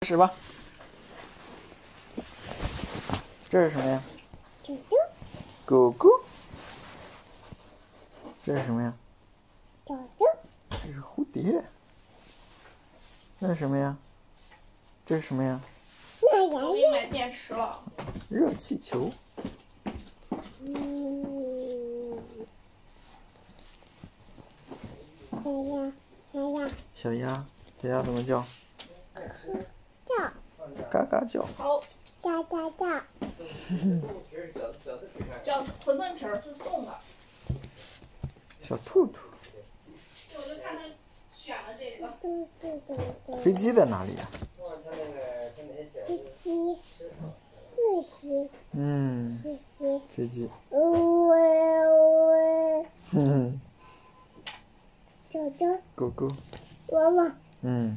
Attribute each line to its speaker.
Speaker 1: 开始吧。这是什么呀？
Speaker 2: 嘟嘟
Speaker 1: 狗狗。这是什么呀？
Speaker 2: 嘟嘟，
Speaker 1: 这是蝴蝶。那是什么呀？这是什么呀？
Speaker 2: 那
Speaker 3: 我
Speaker 2: 人
Speaker 3: 给你买电池了，
Speaker 1: 热气球。
Speaker 2: 嗯，小鸭小鸭
Speaker 1: 小鸭，小鸭怎么叫？
Speaker 2: 叫
Speaker 1: 嘎嘎叫。
Speaker 3: 好，
Speaker 2: 叫叫叫，
Speaker 3: 叫馄饨皮儿是送的，
Speaker 1: 小兔兔。
Speaker 3: 就我就看他选了这个，
Speaker 2: 嘟嘟嘟嘟，
Speaker 1: 飞机在哪里呀、
Speaker 2: 叽叽，不叽
Speaker 1: 嗯，
Speaker 2: 叽叽，
Speaker 1: 飞机。
Speaker 2: 呜呜，
Speaker 1: 哼哼，
Speaker 2: 走走，
Speaker 1: 嗯狗狗。
Speaker 2: 我我
Speaker 1: 嗯，